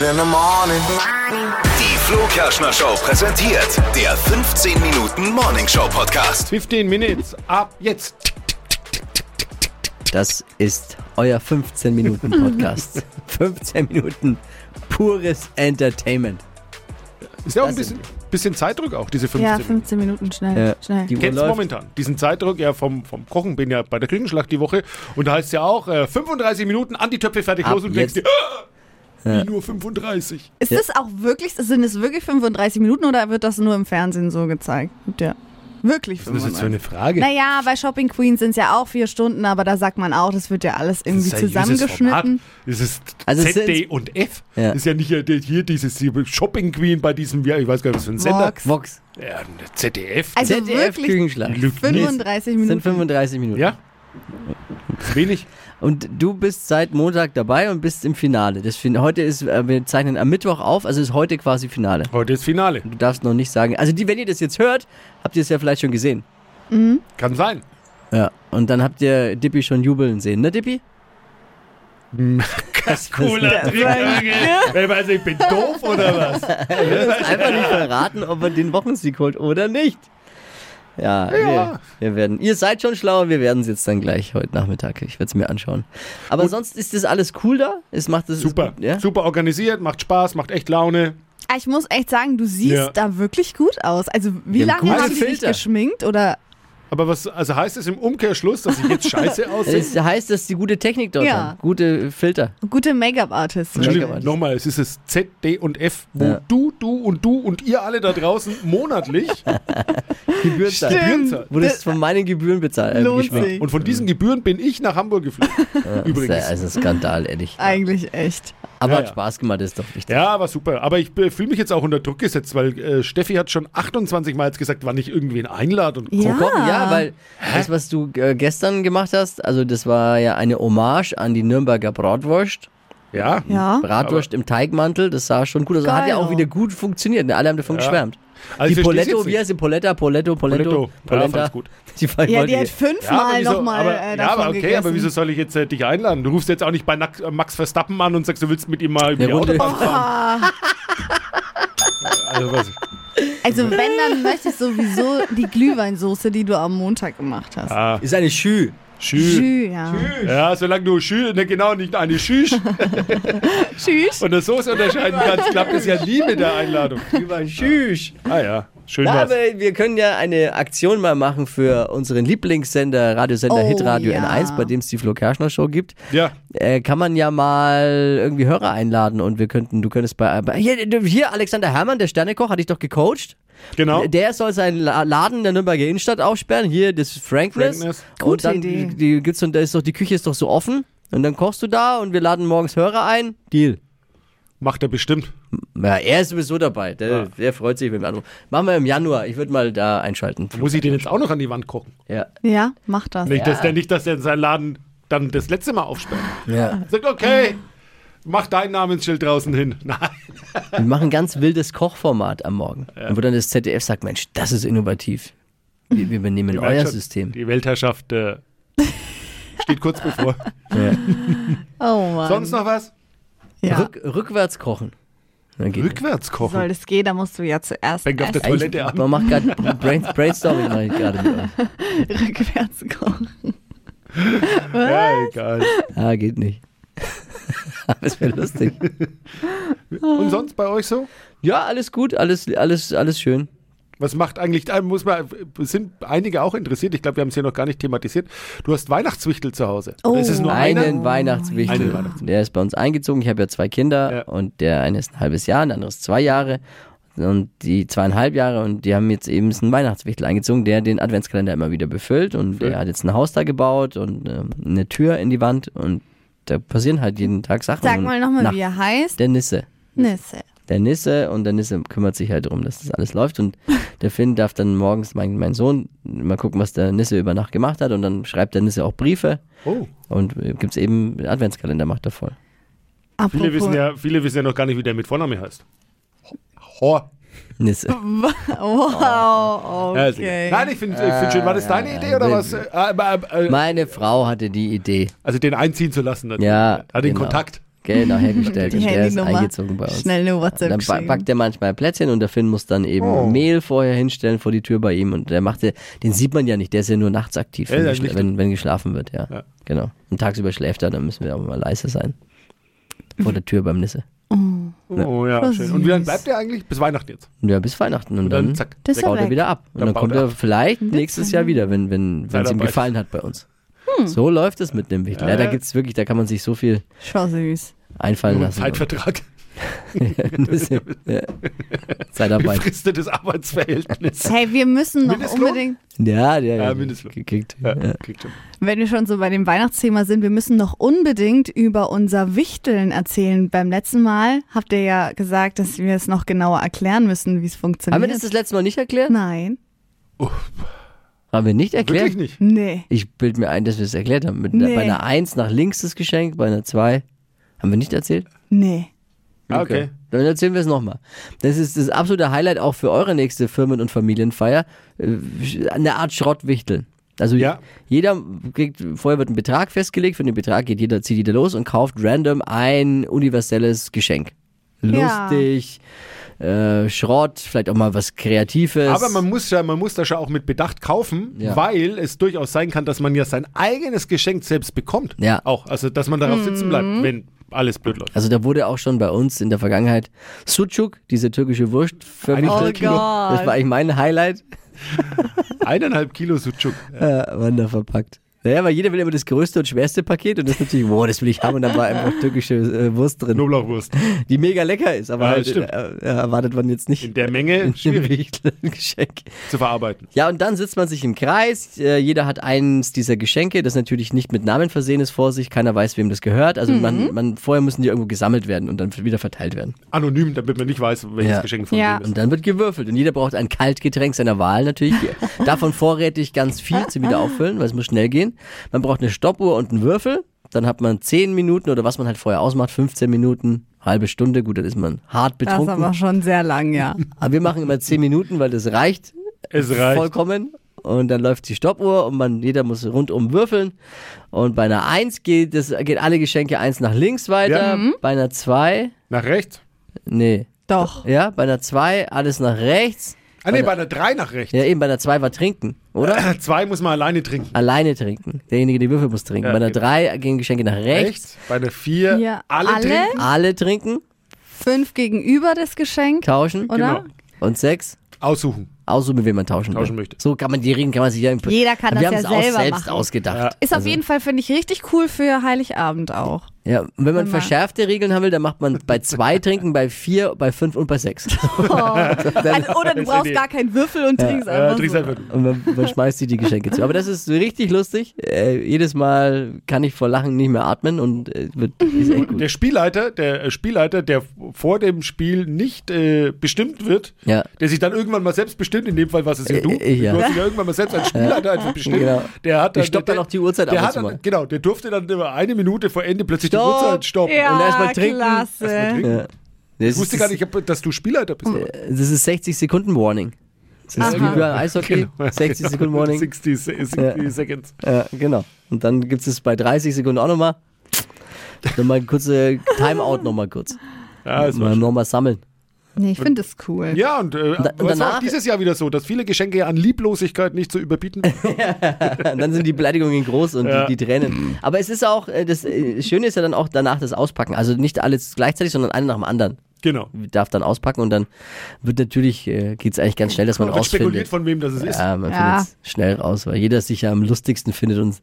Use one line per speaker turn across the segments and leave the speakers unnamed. in the morning.
Die Flo Kerschner Show präsentiert der 15 Minuten Morning Show Podcast.
15 Minutes ab jetzt.
Das ist euer 15 Minuten Podcast. 15 Minuten pures Entertainment.
Ist ja auch ein
Das
bisschen, bisschen Zeitdruck auch, diese 15
Ja,
Minuten.
15 Minuten schnell.
Äh,
schnell.
die Uhr
Kennst du
läuft.
momentan diesen Zeitdruck ja vom, vom Kochen, bin ja bei der Küchenschlacht die Woche und da heißt es ja auch äh, 35 Minuten an die Töpfe fertig
Ab
los und denkst dir,
jetzt.
"Ah, wie nur 35.
Ist das auch wirklich, sind es wirklich 35 Minuten oder wird das nur im Fernsehen so gezeigt? Habt ihr wirklich 35?
Frage.
Naja, bei Shopping Queen sind es ja auch vier Stunden, aber da sagt man auch, das wird ja alles irgendwie zusammengeschnitten.
Das ist
Also es sind-
ZD und F.
Ja.
Das ist ja nicht hier, hier dieses hier Shopping Queen bei diesem, ja, ich weiß gar nicht, was für ein Sender.
Vox.
Vox.
Ja, ZDF.
Also
ZDF
wirklich
Küchenschlag.
Lügt nicht.
35
Das sind
Minuten.
35 Minuten.
Ja? Wenig.
Und du bist seit Montag dabei und bist im Finale. Das fin heute ist, äh, wir zeichnen am Mittwoch auf, also ist heute quasi Finale.
Heute ist Finale.
Du darfst noch nicht sagen. Also die, wenn ihr das jetzt hört, habt ihr es ja vielleicht schon gesehen.
Kann sein.
Ja. Und dann habt ihr Dippy schon jubeln sehen, ne Dippy? Das
Cooler Trick, Jürgen. Ich weiß nicht, ich bin doof oder was?
einfach nicht verraten, ob er den Wochensieg holt oder nicht. Ja, Wir, wir werden. Ihr seid schon schlauer, wir werden es jetzt dann gleich heute Nachmittag. Ich werde es mir anschauen. Aber sonst ist das alles cool da. Es macht es
Super.
Ist gut, ja?
Super organisiert, macht Spaß, macht echt Laune.
Ah, Ich muss echt sagen, du siehst
Ja.
da wirklich gut aus. Also wie
Wir haben
lange
gute
haben sie dich
Filter.
geschminkt oder
Aber was, also heißt es im Umkehrschluss, dass ich jetzt scheiße aussehe?
Es heißt, dass die gute Technik dort
Ja.
haben. Gute Filter.
gute Make-up-Artists?
Entschuldigung,
Danke, Mann.
nochmal, es ist das Z, D und F, wo
Ja.
du, du und du und ihr alle da draußen monatlich
Gebühren zahlen.
Gebühren zahlt.
Wurdest von meinen Gebühren bezahlt. Äh,
Lohnt
geschminkt.
sich.
Und von diesen Gebühren bin ich nach Hamburg geflogen.
Das
Übrigens.
ist also ein Skandal, ehrlich.
Eigentlich echt.
Aber
Ja,
hat
ja.
Spaß gemacht, das ist doch wichtig.
Ja, war super. Aber ich äh, fühle mich jetzt auch unter Druck gesetzt, weil äh, Steffi hat schon 28 Mal jetzt gesagt, wann ich irgendwen einlade. Und
Pro Kochen, ja, weil das, was du äh, gestern gemacht hast, also das war ja eine Hommage an die Nürnberger Bratwurst.
ja.
Ja.
Bratwurst im Teigmantel, das sah schon gut aus. Hat
Geil.
ja auch wieder gut funktioniert. ne? Alle haben davon geschwärmt.
Also ich
die
versteh's
Poletto,
jetzt
wie heißt die? Poletta, Poletto, Poletto,
Poletto. Ja,
Polenta.
fand's gut.
Die fand ich
Ja, die
heute-
hat fünfmal
wieso-
nochmal
aber,
äh, davon
ja, aber okay,
gegessen.
aber wieso soll ich jetzt äh, dich einladen? Du rufst jetzt auch nicht bei Nack- äh, Max Verstappen an und sagst, du willst mit ihm mal über
Eine
die
Runde.
Autobahn fahren.
äh,
also, was,
Also wenn, dann möchte ich sowieso die Glühweinsoße, die du am Montag gemacht hast.
ah,
ist eine Schü.
Schü.
Schü, ja.
Ja, solange du Schü, ne, genau, nicht eine Schüsch
Tschüss.
und eine Soße unterscheiden kannst, klappt es ja nie mit der Einladung.
Über Schüsch.
Ah ja, schön
Na,
war's.
aber wir können ja eine Aktion mal machen für unseren Lieblingssender, Radiosender
Oh,
Hitradio
ja.
N1, bei dem es die Flo Kerschner Show gibt.
Ja,
Äh, kann man ja mal irgendwie Hörer einladen und wir könnten, du könntest bei, bei hier, hier Alexander Herrmann, der Sternekoch, hat dich doch gecoacht.
genau.
Der soll seinen La- Laden in der Nürnberger Innenstadt aufsperren. Hier das Frankness.
Frankness.
Und
Gute
dann
Idee.
Die, gibt's und da ist doch die Küche ist doch so offen. Und dann kochst du da und wir laden morgens Hörer ein. Deal.
Macht er bestimmt.
Ja, er ist sowieso dabei. Der,
Ja.
der freut sich, wenn wir anrufen. Machen wir im Januar. Ich würde mal da einschalten.
Muss ich den jetzt auch noch an die Wand gucken?
Ja.
Ja, mach das.
Nicht, dass der nicht, dass der seinen Laden dann das letzte Mal aufsperrt.
ja.
Sagt, okay, mach dein Namensschild draußen hin. Nein.
Wir machen ein ganz wildes Kochformat am Morgen. Und wo dann das ZDF sagt, Mensch, das ist innovativ. Wir, wir übernehmen euer
Weltherrschaft-
System.
Die Weltherrschaft äh, steht kurz bevor.
Oh Mann.
Sonst noch was?
ja.
Rück, rückwärts kochen. Dann geht
Rückwärts kochen.
Soll das gehen, da musst du ja zuerst
Fängt auf der
erst
Toilette
Eigentlich-
an.
Man macht gerade Brain, Brainstorming mache ich gerade mit euch.
rückwärts kochen.
Ja, egal.
Ah, geht nicht. Aber es wäre lustig.
Und sonst bei euch so?
Ja, alles gut, alles, alles, alles schön.
Was macht eigentlich, äh, muss man, sind einige auch interessiert, ich glaube, wir haben es hier noch gar nicht thematisiert. Du hast Weihnachtswichtel zu Hause. Oder
Oh.
ist es nur einer?
Einen Weihnachtswichtel.
Einen Weihnachtswichtel.
Der ist bei uns eingezogen. Ich habe ja zwei Kinder
Ja.
und der eine ist ein halbes Jahr, der andere ist zwei Jahre und die zweieinhalb Jahre und die haben jetzt eben einen Weihnachtswichtel eingezogen, der den Adventskalender immer wieder befüllt und der hat jetzt ein Haus da gebaut und ähm, eine Tür in die Wand und da passieren halt jeden Tag Sachen.
Sag
Mhm.
Und
mal nochmal,
nach-
wie er heißt.
Der Nisse.
Hm.
Nisse.
der Nisse und der Nisse kümmert sich halt darum, dass das alles läuft und der Finn darf dann morgens, mein, mein Sohn, mal gucken, was der Nisse über Nacht gemacht hat und dann schreibt der Nisse auch Briefe
Oh.
und gibt's eben einen Adventskalender, macht er voll.
Apropos.
Viele wissen, ja, viele wissen ja noch gar nicht, wie der mit Vorname heißt. Hor.
Nisse.
Wow,
Oh, Ja, Ah, ist
okay.
egal. Nein, ich finde ich find schön. War das deine Idee oder
wenn-
was? Äh, äh, äh, äh,
Meine Frau hatte die Idee.
also den einziehen zu lassen. dann.
Ja,
Hat den
genau.
Kontakt.
Genau, hergestellt.
Die
und der ist
Handynummer.
eingezogen bei uns.
Schnell eine WhatsApp
Dann ba-
geschrieben.
backt er manchmal Plätzchen und der Finn muss dann eben
Oh.
Mehl vorher hinstellen vor die Tür bei ihm und der macht der, den sieht man ja nicht, der ist ja nur nachts aktiv,
Ja,
wenn,
ja,
geschla-
richtig.
wenn, wenn geschlafen wird, ja.
Ja.
Genau. Und tagsüber schläft er, dann müssen wir aber mal leise sein. Vor der Tür beim Nisse.
Oh ja,
Oh,
schön. Und wie lange
süß.
bleibt der eigentlich? Bis Weihnachten jetzt.
Und ja, bis Weihnachten. Und,
Und
dann,
dann zack.
Das ist ja
baut er
weg.
wieder ab. Und
Dann
dann, kommt
baut er
er vielleicht nächstes Jahr wieder, wenn es wenn, wenn's ihm
Witzig.
gefallen hat bei uns. So läuft es mit dem Wichtel. Ja, da
ja.
gibt's wirklich, da kann man sich so viel
Schau süß.
einfallen
Nur ein
lassen.
Zeitvertrag.
Nüsse. ja. Zeitarbeit.
Befristetes Arbeitsverhältnis.
Hey, wir müssen noch
Mindestlohn?
unbedingt,
Ja, der
Ja,
ja,
Mindestlohn.
gekickt.
Ja,
Ja.
kriegt schon.
wenn wir schon so bei dem Weihnachtsthema sind, wir müssen noch unbedingt über unser Wichteln erzählen. Beim letzten Mal habt ihr ja gesagt, dass wir es noch genauer erklären müssen, wie es funktioniert.
Haben wir das das letzte Mal nicht erklärt?
Nein.
Haben wir nicht erklärt?
Wirklich nicht.
Nee.
Ich bilde mir ein, dass wir es erklärt haben. Mit
Nee.
Bei einer 1 nach links das Geschenk, bei einer 2 haben wir nicht erzählt?
Nee.
Ah, okay.
Dann erzählen wir es nochmal. Das ist das absolute Highlight auch für eure nächste Firmen- und Familienfeier. Äh, Eine Art Schrottwichteln. Also
Ja.
jeder kriegt, vorher wird ein Betrag festgelegt, für den Betrag geht jeder, zieht jeder los und kauft random ein universelles Geschenk.
Ja.
Lustig, äh, Schrott, vielleicht auch mal was Kreatives.
Aber man muss, ja, man muss das ja auch mit Bedacht kaufen,
Ja.
weil es durchaus sein kann, dass man ja sein eigenes Geschenk selbst bekommt.
Ja. Mhm.
Auch. Also, dass man darauf sitzen bleibt, wenn alles blöd läuft.
Also da wurde auch schon bei uns in der Vergangenheit Sucuk, diese türkische Wurst, vermittelt.
Kilo. Gott.
das war eigentlich mein Highlight.
Eineinhalb Kilo Sucuk. Ja.
Äh, Wander verpackt. Naja, weil jeder will immer das größte und schwerste Paket und das ist natürlich, wow, das will ich haben und dann war einfach türkische äh, Wurst drin,
Knoblauchwurst.
die mega lecker ist, aber
Ja,
halt,
stimmt.
äh, äh, erwartet man jetzt nicht
In der Menge schwierig
ein Geschenk.
zu verarbeiten.
Ja, und dann sitzt man sich im Kreis. Äh, jeder hat eins dieser Geschenke, das natürlich nicht mit Namen versehen ist vor sich. Keiner weiß, wem das gehört. Also man, man, vorher müssen die irgendwo gesammelt werden und dann wieder verteilt werden.
Anonym, damit man nicht weiß, welches
Ja.
Geschenk von
Ja.
wem ist.
Und dann wird gewürfelt. Und jeder braucht ein Kaltgetränk seiner Wahl natürlich. Davon vorrätig ganz viel zum Wiederauffüllen, weil es muss schnell gehen. Man braucht eine Stoppuhr und einen Würfel. Dann hat man 10 Minuten oder was man halt vorher ausmacht, 15 Minuten, halbe Stunde. Gut, dann ist man hart
Das ist
betrunken.
aber
Aber,
schon sehr lang, ja.
wir machen immer 10 Minuten, weil das reicht,
Es reicht.
vollkommen. Und dann läuft die Stoppuhr und man, jeder muss rundum würfeln. Und bei einer 1 geht, das, geht alle Geschenke eins nach links weiter.
Ja.
Bei einer 2,
Nach rechts?
nee.
Doch.
Ja, bei einer 2 alles nach rechts.
Ah, nee, bei einer 3 nach rechts.
Ja, eben bei der 2 war trinken, oder?
Zwei muss man alleine trinken.
Alleine trinken. Derjenige, der Würfel muss trinken.
Ja,
bei der
genau.
3 gehen Geschenke nach rechts.
Rechts. Bei einer 4
Ja,
alle,
alle?
trinken.
Alle trinken,
Fünf gegenüber das Geschenk,
tauschen.
oder?
Genau.
Und 6
Aussuchen.
aussuchen, mit wem man tauschen,
Tauschen
will.
möchte.
So kann man die Regeln, kann man sich ja im Pr-
Jeder kann
Wir haben
das ja
es auch
selber
selbst
machen.
ausgedacht.
Ist
Also
auf jeden Fall, finde ich, richtig cool für Heiligabend auch.
Ja, und wenn man
Wenn man-
verschärfte Regeln haben will, dann macht man bei 2 trinken, bei 4, bei 5 und bei 6.
Oh. Also, oder du
Ist
brauchst
Idee.
gar keinen Würfel und trinkst
Äh,
einfach
trinkst
so.
einfach.
Und man, man schmeißt sich die Geschenke zu. Aber das ist richtig lustig. Äh, jedes Mal kann ich vor Lachen nicht mehr atmen und äh, wird, ist echt gut.
Der Spielleiter, der äh, Spielleiter, der vor dem Spiel nicht äh, bestimmt wird,
Ja.
der sich dann irgendwann mal selbst bestimmt, in dem Fall warst es ja
Äh,
du,
äh, ja.
du hast dich ja irgendwann mal selbst als Spielleiter einfach bestimmt.
Genau.
Der hat
Ich stopp dann auch die Uhrzeit ab
der
und
hat
zu mal.
dann, Genau, der durfte dann immer eine Minute vor Ende plötzlich die
Stopp.
Uhrzeit stoppen.
Ja,
Und erstmal trinken.
klasse.
Ja.
Ich wusste gar nicht, ob- dass du Spielleiter bist.
Äh, Das ist 60 Sekunden Warning. Das ist
Aha.
wie beim Eishockey. 60 Sekunden Warning.
60, Genau. se- 60 Seconds.
Ja, genau. Und dann gibt es bei 30 Sekunden auch nochmal. Nochmal ein kurzer Timeout nochmal kurz.
Ja, es war
Mal nochmal sammeln.
Nee, ich finde das cool.
Ja, und, äh,
da-
aber es war
danach-
auch dieses Jahr wieder so, dass viele Geschenke ja an Lieblosigkeit nicht zu überbieten.
Und dann sind die Beleidigungen groß und
Ja.
die, die Tränen. Aber es ist auch, äh, das äh, Schöne ist ja dann auch danach das Auspacken. Also nicht alles gleichzeitig, sondern eine nach dem anderen.
genau.
Darf dann auspacken und dann wird natürlich, äh, geht es eigentlich ganz schnell, dass man
Man wird spekuliert, von
rausfindet.
wem das es ist.
Ja, man
Ja.
findet es schnell raus, weil jeder es sich ja am lustigsten findet und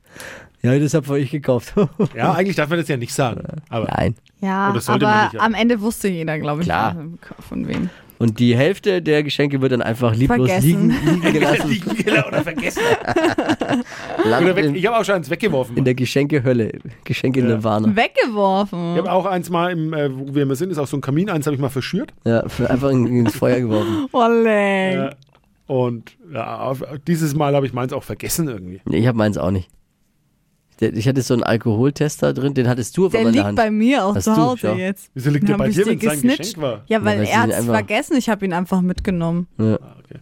ja, das habe ich gekauft.
Ja, eigentlich darf man das ja nicht sagen. Aber
Nein.
Ja,
Oh, das sollte man
aber
nicht, ja.
am Ende wusste jeder, glaube ich,
Klar.
von wem.
Und die Hälfte der Geschenke wird dann einfach lieblos liegen,
Vergessen.
liegen gelassen.
liegen gelassen oder vergessen. Oder
landet
weg.
in,
Ich habe auch schon eins weggewarfen.
in der Geschenkehölle. Geschenke in der Warne.
Weggeworfen.
ich habe auch eins mal, im, äh, wo wir immer sind, ist auch so ein Kamin, eins habe ich mal verschürt.
Ja, einfach in, ins Feuer geworfen.
Oh, leck.
Äh, und ja, auf, dieses Mal habe ich meins auch vergessen irgendwie.
Nee, ich habe meins auch nicht. Der- Ich hatte so einen Alkoholtester drin, den hattest du auf
Der
einmal in der
liegt
Hand.
bei mir auch
Hast
zu
du,
Hause
schau.
jetzt.
Wieso liegt der
Dann
bei
hab ich
dir,
dir
wenn es sein
gesnitcht.
Geschenk war?
Ja, weil
weil sie
er
ihn
hat es
einfach-
vergessen. Ich habe ihn einfach mitgenommen.
ja.
Ah, okay.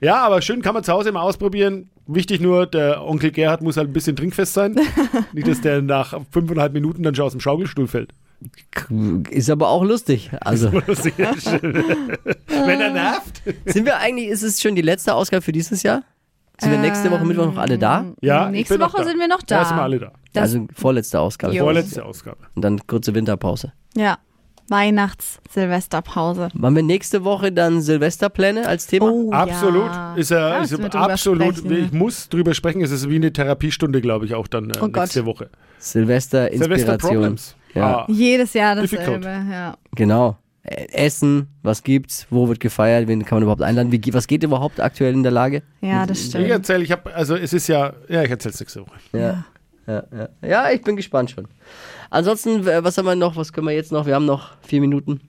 Ja, aber schön kann man zu Hause immer ausprobieren. Wichtig nur, der Onkel Gerhard muss halt ein bisschen trinkfest sein. Nicht, dass der nach fünfeinhalb Minuten dann schon aus dem Schaukelstuhl fällt.
Ist aber auch lustig. Also.
Wenn er nervt.
Sind wir eigentlich, ist es schon die letzte Ausgabe für dieses Jahr? Sind wir nächste Woche Mittwoch noch alle da?
Ja, ich
Nächste
bin noch
Woche
da.
sind wir noch da.
Da sind wir alle da.
Ähm, Das-
also vorletzte Ausgabe.
Jo.
Vorletzte Ausgabe.
Und dann kurze Winterpause.
Ja. Weihnachts-Silvesterpause.
Machen wir nächste Woche dann Silvesterpläne als Thema?
Oh.
absolut.
ja.
Ist er,
Da
ist
müssen wir drüber
absolut.
sprechen. ne?
Ich muss drüber sprechen. Es ist wie eine Therapiestunde, glaube ich, auch dann äh,
Oh Gott.
nächste Woche.
Silvester-Inspiration.
Silvester-Problems.
Ja,
Ah,
Jedes Jahr
Difficult.
dasselbe. Ja.
genau. Ä- Essen, was gibt's, wo wird gefeiert, wen kann man überhaupt einladen, wie, ge- was geht überhaupt aktuell in der Lage?
ja, das
ich
stimmt.
erzähle, ich habe, also es ist ja, ja, ich erzähle es nächste Woche.
Ja. Ja, ja. ja, ich bin gespannt schon. Ansonsten, äh, was haben wir noch? Was können wir jetzt noch? Wir haben noch vier Minuten.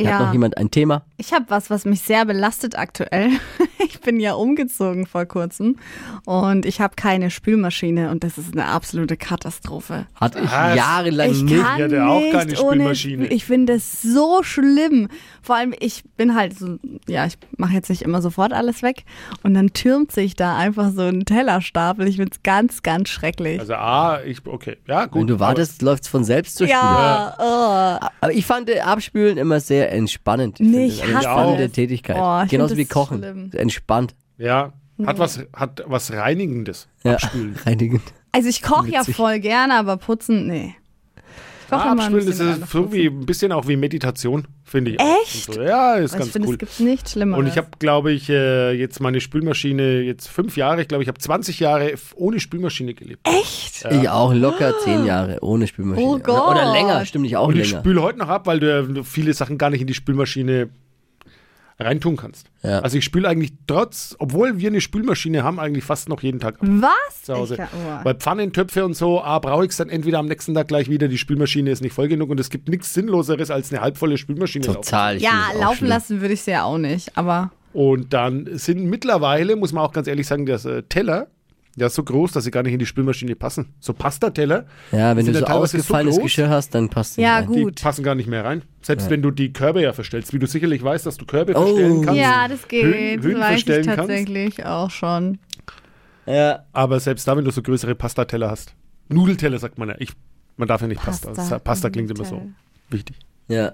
Hat noch
Ja.
jemand ein Thema?
Ich habe was, was mich sehr belastet aktuell. Ich bin ja umgezogen vor kurzem und ich habe keine Spülmaschine und das ist eine absolute Katastrophe.
Hatte ich
Was?
jahrelang
Ich
nicht.
kann
Ich hatte auch
nicht
keine
ohne-
Spülmaschine.
Ich finde das so schlimm. Vor allem, ich bin halt so, ja, ich mache jetzt nicht immer sofort alles weg. Und dann türmt sich da einfach so ein Tellerstapel. Ich find's ganz, ganz schrecklich.
Also A, ich, okay, ja, gut.
Wenn du wartest, läuft's von selbst zur Spüle.
ja, oh.
Aber ich fand äh, Abspülen immer sehr entspannend. Ich
Nee,
finde
ich
das eine
hasse
entspannende
es.
Tätigkeit.
Oh, ich
Genauso
find
wie
das
Kochen.
schlimm.
Entspannt.
Aber, ja, hat was, hat was Reinigendes.
Ja.
Abspülen.
Reinigen.
Also ich koche ja
Witzig.
voll gerne, aber putzen, nee. Ich koche
Ah,
immer ein
Abspülen ist
bisschen
ja
gerne
so
putzen.
wie, ein bisschen auch wie Meditation, finde ich. auch.
Echt?
Und So. Ja, ist
Also ich
ganz
finde,
cool.
es gibt nichts Schlimmeres.
Und ich habe, glaube ich, äh, jetzt meine Spülmaschine, jetzt fünf Jahre, ich glaube, ich habe 20 Jahre f- ohne Spülmaschine gelebt.
Echt?
Ich auch locker zehn Jahre ohne Spülmaschine.
Ah. Oh
Oder- Oder
Gott.
länger, stimmt ich auch
Und ich
länger.
spüle heute noch ab, weil du ja viele Sachen gar nicht in die Spülmaschine reintun kannst.
Ja.
Also ich spüle eigentlich trotz, obwohl wir eine Spülmaschine haben, eigentlich fast noch jeden Tag ab
Was?
zu Hause.
Ich kann, oh.
Weil Pfannen, Töpfe und so, ah, brauche ich es dann entweder am nächsten Tag gleich wieder, die Spülmaschine ist nicht voll genug und es gibt nichts Sinnloseres als eine halbvolle Spülmaschine. laufen.
Total. ich
Ja,
finde das auch
laufen
schlimm.
lassen würde ich sie ja auch nicht, aber
Und dann sind mittlerweile, muss man auch ganz ehrlich sagen, das äh, Teller ja so groß, dass sie gar nicht in die Spülmaschine passen. So Pastateller.
Ja, wenn
sind
du so
dann teilweise
ausgefallenes
groß,
Geschirr hast, dann passt es
Ja,
nicht rein.
gut.
Die passen gar nicht mehr rein. Selbst wenn du die Körbe ja verstellst, wie du sicherlich weißt, dass du Körbe
Oh.
verstellen kannst.
ja, das geht.
Höhen- Höhen
das weiß ich
verstellen kannst.
tatsächlich auch schon.
Ja.
Aber selbst da, wenn du so größere Pastateller hast. Nudelteller sagt man ja. Ich, man darf ja nicht Pasta.
Pasta,
Pasta, Pasta klingt immer so
Nudelteller.
wichtig.
ja.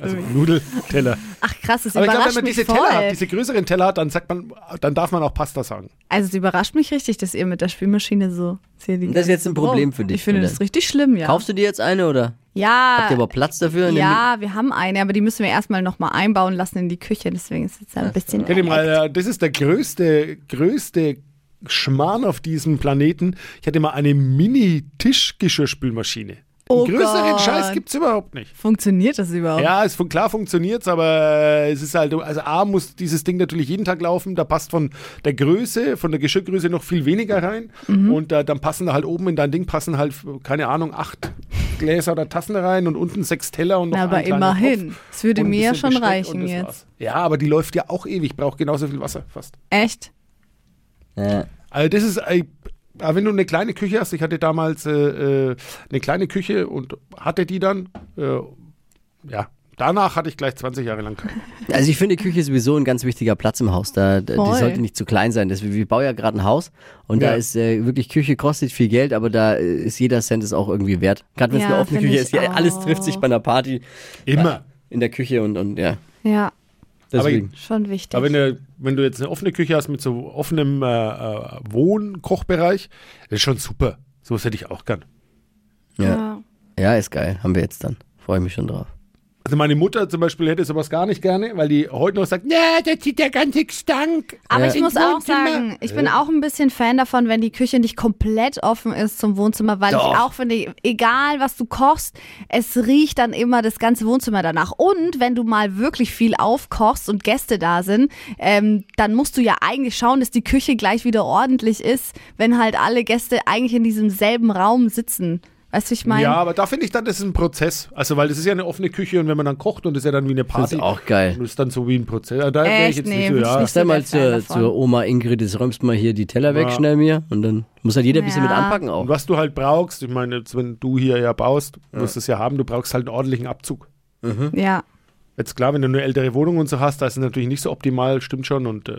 Also Nudelteller.
Ach krass, es
Aber ich glaube, wenn
überrascht
man
mich
diese
voll.
Teller hat, diese größeren Teller hat, dann sagt man, dann darf man auch Pasta sagen.
also es überrascht mich richtig, dass ihr mit der Spülmaschine so sehr die
Das ist jetzt ein Problem
Oh,
für dich,
Ich finde
oder?
das richtig schlimm, ja.
Kaufst du dir jetzt eine oder?
ja,
Habt ihr aber Platz dafür? in dem-
ja, wir haben eine, aber die müssen wir erstmal nochmal einbauen lassen in die Küche, deswegen ist es jetzt ein bisschen.
Kennt ihr mal, äh, das ist der größte, größte Schmarrn auf diesem Planeten. Ich hatte mal eine Mini-Tischgeschirrspülmaschine.
Oh
Einen größeren
Gott.
Scheiß gibt's überhaupt nicht.
Funktioniert das überhaupt?
Ja, es, fun- klar funktioniert's, aber es ist halt, also A muss dieses Ding natürlich jeden Tag laufen, da passt von der Größe, von der Geschirrgröße noch viel weniger rein
Mhm.
und äh, dann passen da halt oben in dein Ding, passen halt, keine Ahnung, acht Gläser oder Tassen rein und unten sechs Teller und noch
Na, aber
ein kleiner
immerhin.
Topf
Es würde
und ein
mir ja
bisschen
schon
Besteck
reichen
und das
jetzt.
war's. Ja, aber die läuft ja auch ewig, braucht genauso viel Wasser fast.
Echt?
Ja.
Also das ist, äh, aber wenn du eine kleine Küche hast, ich hatte damals äh, äh, eine kleine Küche und hatte die dann, äh, ja, danach hatte ich gleich 20 Jahre lang keine.
Also ich finde, Küche ist sowieso ein ganz wichtiger Platz im Haus. Da, da, die
Voll.
sollte nicht zu klein sein. Das, wir bauen ja gerade ein Haus und da
Ja.
ist äh, wirklich Küche kostet viel Geld, aber da äh, ist jeder Cent ist auch irgendwie wert. Gerade wenn es
Ja,
eine offene
finde
Küche
ich
ist, ja, alles
auch.
trifft sich bei einer Party
Immer.
in der Küche und, und ja.
Ja,
Deswegen.
schon wichtig.
Aber wenn du, wenn du jetzt eine offene Küche hast mit so offenem äh, äh, Wohnkochbereich, das ist schon super. Sowas hätte ich auch gern.
ja.
ja.
ja, ist geil. Haben wir jetzt dann. Freue ich mich schon drauf.
Also meine Mutter zum Beispiel hätte sowas gar nicht gerne, weil die heute noch sagt, na, da zieht der ganze Gestank.
Aber
Ja.
ich muss
Ins
auch
Wohnzimmer.
sagen, ich bin auch ein bisschen Fan davon, wenn die Küche nicht komplett offen ist zum Wohnzimmer, weil
Doch.
ich auch finde, egal was du kochst, es riecht dann immer das ganze Wohnzimmer danach. Und wenn du mal wirklich viel aufkochst und Gäste da sind, ähm, dann musst du ja eigentlich schauen, dass die Küche gleich wieder ordentlich ist, wenn halt alle Gäste eigentlich in diesem selben Raum sitzen. Weißt du, wie ich meine?
Ja, aber da finde ich dann, das ist ein Prozess. Also, weil das ist ja eine offene Küche und wenn man dann kocht und das ist ja dann wie eine Party.
Find's auch geil.
Und das ist dann so wie ein Prozess. Ja, Da wäre ich
Echt?
jetzt
Nee,
nicht so,
würd ich
ja.
nicht.
Ich sag
so
mal
der Fan
zur,
davon.
zur Oma Ingrid, jetzt räumst mal hier die Teller weg,
Ja.
schnell mir. Und dann muss halt jeder ein bisschen mit
Ja.
anpacken auch.
Und was du halt brauchst, ich meine, jetzt, wenn du hier ja baust, musst du es ja haben, du brauchst halt einen ordentlichen Abzug.
ja.
Jetzt klar, wenn du eine ältere Wohnung und so hast, da ist es natürlich nicht so optimal, stimmt schon. Und äh,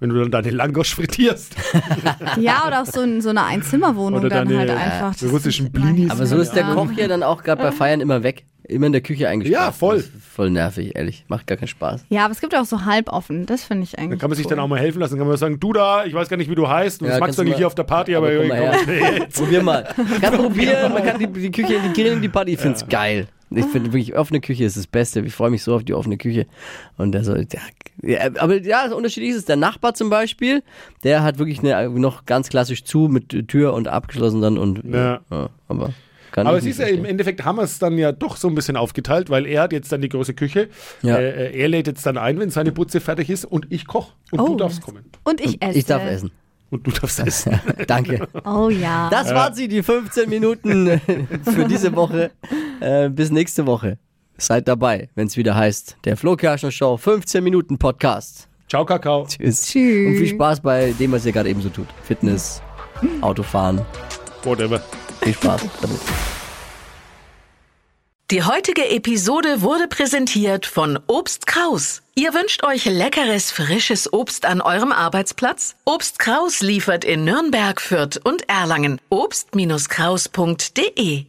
wenn du dann deine Langosch frittierst.
Ja, oder auch so in so einer Einzimmerwohnung
Oder
dann
deine,
halt
äh,
einfach. Das
russischen
ist-
Blinis.
Aber so ist der
Ja.
Koch hier dann auch gerade bei Feiern immer weg. Immer in der Küche eingesperrt.
Ja, voll.
Das ist Voll nervig, ehrlich. Macht gar keinen Spaß.
Ja, aber es gibt auch so halboffen. Das finde ich
Dann
eigentlich.
kann man sich
cool.
dann auch mal helfen lassen. Dann kann man sagen, du da, ich weiß gar nicht, wie du heißt. Und
Ja,
das magst
kannst du
du eigentlich
mal-
hier auf der Party, aber,
komm mal her.
irgendwie-
Probier mal. Kann probieren, man kann die, die Küche integrieren in die Party. Ich find's geil. Ich finde wirklich, offene Küche ist das Beste. Ich freue mich so auf die offene Küche. Und der soll, ja, ja, aber ja, so unterschiedlich ist es. Der Nachbar zum Beispiel, der hat wirklich eine, noch ganz klassisch zu mit Tür und abgeschlossen dann und,
Ja.
aber kann
Aber
ich
es
nicht
ist ja
verstehen.
im Endeffekt haben wir es dann ja doch so ein bisschen aufgeteilt, weil er hat jetzt dann die große Küche.
Ja.
Äh, äh, er lädt jetzt dann ein, wenn seine Putze fertig ist und ich koche. Und
Oh.
du darfst kommen.
Und ich esse.
Ich darf essen.
Und du darfst essen.
Danke.
Oh ja.
Das waren sie, die 15 Minuten für diese Woche. Äh, bis nächste Woche. Seid dabei, wenn es wieder heißt, der Flo Kerschner Show 15 Minuten Podcast.
Ciao, Kakao.
Tschüss.
Tschüss.
Und viel Spaß bei dem, was ihr gerade eben so tut. Fitness,
Hm.
Autofahren.
Whatever.
Viel Spaß damit.
Die heutige Episode wurde präsentiert von Obst Kraus. Ihr wünscht euch leckeres, frisches Obst an eurem Arbeitsplatz? Obst Kraus liefert in Nürnberg, Fürth und Erlangen. Obst-Kraus.de